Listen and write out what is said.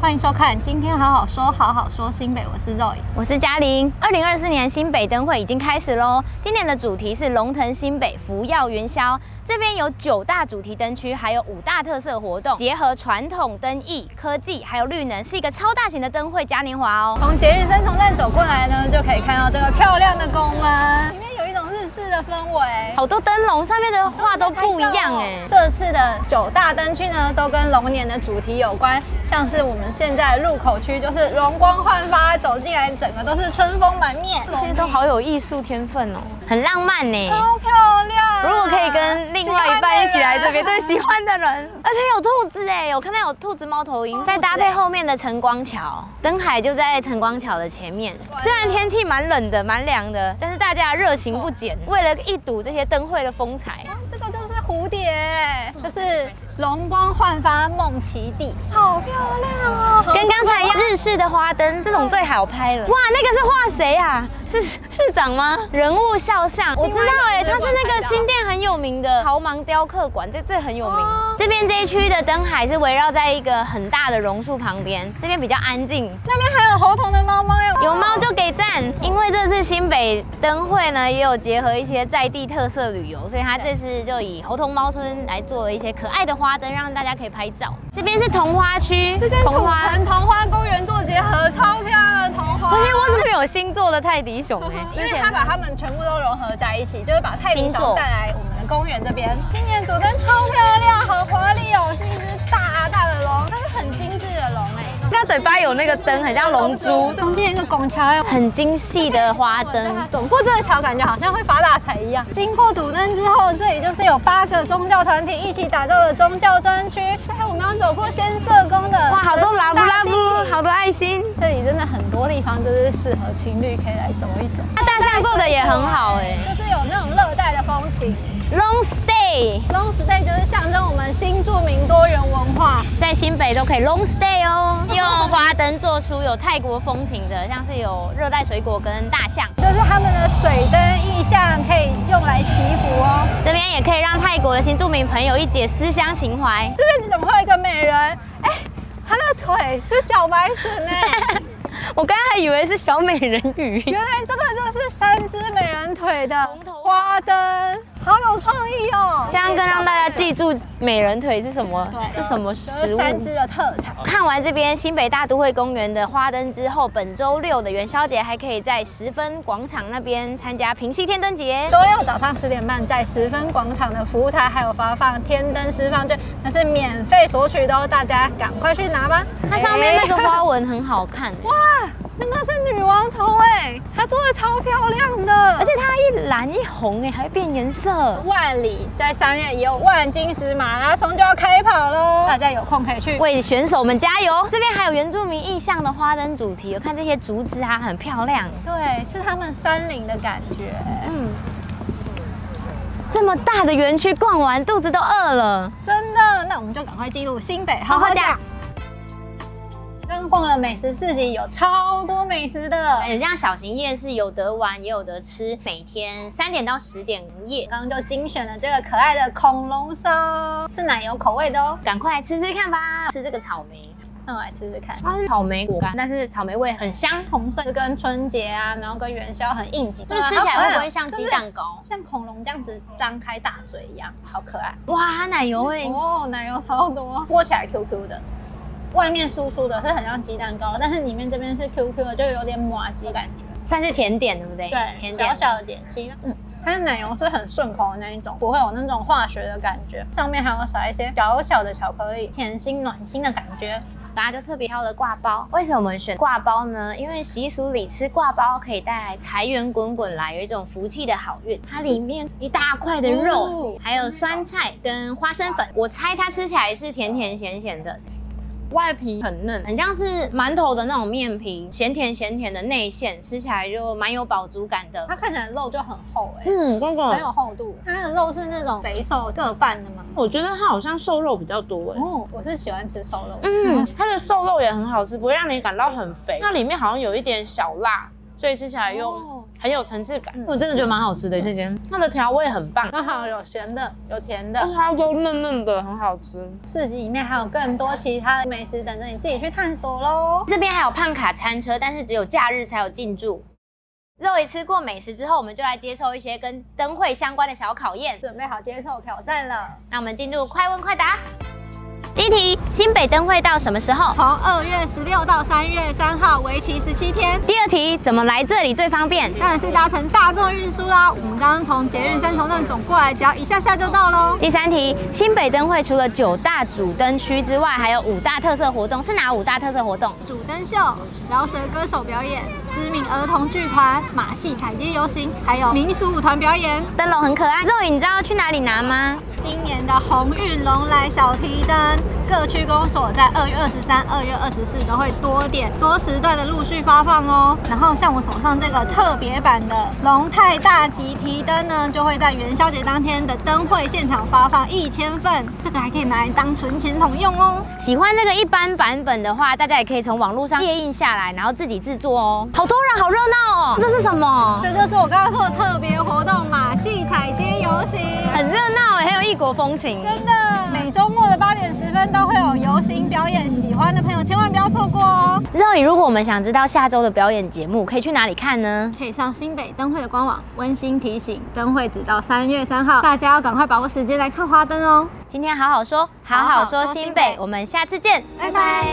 欢迎收看《今天好好说，好好说新北》，我是 Zoe。我是嘉玲。二零二四年新北灯会已经开始喽，今年的主题是龙腾新北，福耀云霄。这边有九大主题灯区，还有五大特色活动，结合传统灯艺、科技还有绿能，是一个超大型的灯会嘉年华哦。从捷运三重站走过来呢，就可以看到这个漂亮的宫门，里面有一种日式的氛围。好多灯笼上面的画都不一样哎、这次的九大灯区呢，都跟龙年的主题有关，像是我们现在入口区就是容光焕发，走进来整个都是春风满面，这些都好有艺术天分哦，很浪漫呢、超漂亮。啊如果可以跟另外一半一起来这边，喜欢的啊人对，喜欢的人，而且有兔子哎，我看到有兔子猫头鹰，再搭配后面的晨光桥，灯海就在晨光桥的前面。虽然天气蛮冷的，蛮凉的，但是大家热情不减，为了一睹这些灯会的风采。啊这个就是蝴蝶，就是容光焕发梦奇地，好漂亮哦！跟刚才一样，日式的花灯这种最好拍了。哇，那个是画谁啊？是市长吗？人物肖像，我知道另外哎，一它个是我那个知道新店很有名的豪芒雕刻馆，这这很有名哦。这边这一区的灯海是围绕在一个很大的榕树旁边，这边比较安静。那边还有猴头的猫猫哎，有猫就给赞，因为这次新北灯会呢，也有结合一些在地特色旅游，所以它这次就以猴头猫村来做了一些可爱的花灯，让大家可以拍照。这边是桐花区，这跟土城桐花公园做结合，超漂亮的桐花。不是，我怎么有星座的泰迪熊哎、因之为前它把它们全部都融合在一起，就是把太平星熊座带来我们的公园这边。今年主灯超漂亮，好华丽哦，是一只大大的龙，它是很精致的龙哎。它嘴巴有那个灯，很像龙珠，中间一个拱桥哎。很精细的花灯。走过这个桥，感觉好像会发大财一样。经过主灯之后，这里就是有八个宗教团体一起打造的宗教专区。在我们要走过仙社宫的，哇，好多拉布拉布，好多爱心。这里真的很多地方都是适合情侣可以来走一走，它大象做的也很好哎、就是有那种热带的风情。 Long stay Long stay 就是象征我们新著名多元文化，在新北都可以 long stay 哦，用花灯做出有泰国风情的，像是有热带水果跟大象。就是他们的水灯意象可以用来祈福哦。这边也可以让泰国的新住民朋友一解思乡情怀。这边怎么会有一个美人？哎，她的腿是茭白笋哎。 我刚刚还以为是小美人鱼。 原来这个就是三只美人腿的花灯，好有创意哦！这样更让大家记住美人腿是什么对，是什么这食是物。三只的特产。看完这边新北大都会公园的花灯之后，本周六的元宵节还可以在十分广场那边参加平西天灯节。周六早上十点半，在十分广场的服务台还有发放天灯释放券，那是免费索取的哦，大家赶快去拿吧。它上面那个哎花纹很好看，哇，那个是女王头哎，她做的超漂亮的，而且它一蓝一红哎，还会变颜色。万里在三月也有万金石马拉松就要开跑喽，大家有空可以去。为选手们加油！这边还有原住民意象的花灯主题，我看这些竹子啊很漂亮。对，是他们山林的感觉。嗯，这么大的园区逛完，肚子都饿了。真的，那我们就赶快进入新北好好讲。刚逛了美食市集，有超多美食的。哎有这样小型夜市，有得玩也有得吃，每天三点到十点营业。刚刚就精选了这个可爱的恐龙烧，是奶油口味的哦。赶快来吃吃看吧，吃这个草莓，那我来吃吃看。它是草莓果干，但是草莓味很香，红色就跟春节啊，然后跟元宵很应景，啊就是吃起来会不会像好可爱鸡哦？蛋糕就？是像恐龙这样子张开大嘴一样，好可爱哇，它奶油味，哦！奶油超多，摸起来 QQ 的，外面酥酥的，是很像鸡蛋糕，但是里面这边是 QQ 的，就有点麻鸡感觉。算是甜点对不对？对，甜小点。小的点心，嗯，它的奶油是很顺口的那一种，不会有那种化学的感觉，上面还有撒一些小小的巧克力，甜心暖心的感觉。大家就特别挑了挂包，为什么我们选挂包呢？因为习俗里吃挂包可以带来财源滚滚来，有一种福气的好运。它里面一大块的肉哦，还有酸菜跟花生粉，我猜它吃起来是甜甜咸咸的。外皮很嫩，很像是馒头的那种面皮，咸甜咸甜的内馅，吃起来就蛮有饱足感的它。看起来肉就很厚哎、嗯，哥很有哥，厚度。它的肉是那种肥瘦各半的嘛。我觉得它好像瘦肉比较多哎。哦，我是喜欢吃嗯瘦肉。嗯哦嗯，它的瘦肉也很好吃，不会让你感到很肥。那里面好像有一点小辣，所以吃起来又哦很有层次感。嗯我真的觉得蛮好吃的这间。它的调味很棒，刚好有咸的，有甜但的是。它都嫩嫩的，很好吃。市集里面还有更多其他的美食等着你自己去探索喽。这边还有胖卡餐车，但是只有假日才有进驻。肉一吃过美食之后，我们就来接受一些跟灯会相关的小考验。准备好接受挑战了。那我们进入快问快答。第一题，新北灯会到什么时候？从二月十六到三月三号，为期十七天。第二题，怎么来这里最方便？当然是搭乘大众运输啦。我们刚刚从捷运三重站走过来，只要一下下就到喽。第三题，新北灯会除了九大主灯区之外，还有五大特色活动，是哪五大特色活动？主灯秀、饶舌歌手表演、知名儿童剧团、马戏彩街游行，还有民俗舞团表演。灯笼很可爱。肉影，你知道去哪里拿吗？今年的鸿运龙来小提灯，各区公所在二月二十三、二月二十四都会多点多时段的陆续发放哦。然后像我手上这个特别版的龙泰大吉提灯呢，就会在元宵节当天的灯会现场发放一千份，这个还可以拿来当存钱筒用哦。喜欢这个一般版本的话，大家也可以从网络上列印下来，然后自己制作哦。好多人，好热闹哦！这是什么？这就是我刚刚说的特别活动马戏彩街游行，很热闹哎，很有异国风情。真的，每周末的八点十分都会有游行表演，喜欢的朋友千万不要错过哦。肉影，如果我们想知道下周的表演节目，可以去哪里看呢？可以上新北灯会的官网。温馨提醒，灯会只到三月三号，大家要赶快把握时间来看花灯哦。今天好好说，好好说新北，我们下次见。拜拜